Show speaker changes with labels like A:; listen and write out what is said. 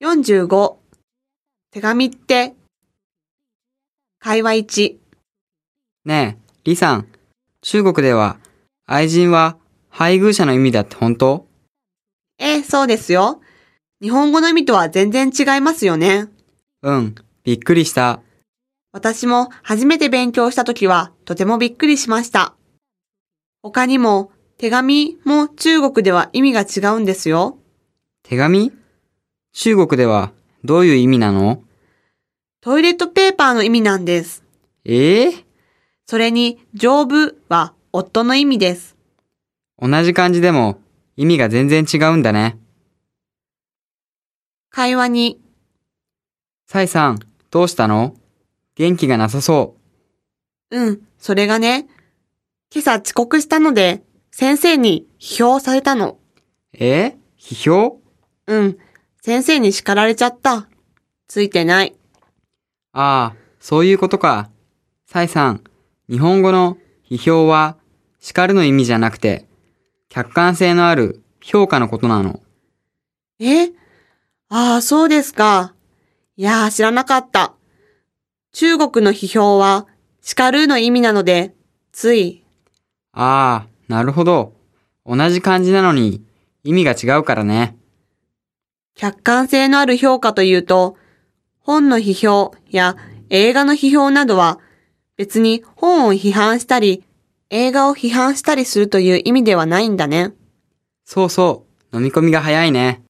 A: 45手紙って会話1
B: ねえ、李さん。中国では、愛人は配偶者の意味だって本当
A: ええ、そうですよ。日本語の意味とは全然違いますよね。
B: うん、びっくりした。
A: 私も初めて勉強した時はとてもびっくりしました。他にも手紙も中国では意味が違うんですよ。
B: 手紙中国では、どういう意味なの
A: トイレットペーパーの意味なんです。
B: ええ
A: それに丈夫は夫の意味です。
B: 同じ漢字でも、意味が全然違うんだね。
A: 会話に
B: サイさん、どうしたの元気がなさそう。
A: うん、それがね、今朝遅刻したので先生に批評されたの。
B: え批評
A: うん、先生に叱られちゃった。ついてない。
B: ああ、そういうことか。サイさん、日本語の批評は、叱るの意味じゃなくて、客観性のある評価のことなの。
A: えああ、そうですか。いやあ、知らなかった。中国の批評は、叱るの意味なので、つい、
B: ああ、なるほど。同じ漢字なのに、意味が違うからね。
A: 客観性のある評価というと、本の批評や映画の批評などは、別に本を批判したり、映画を批判したりするという意味ではないんだね。
B: そうそう、飲み込みが早いね。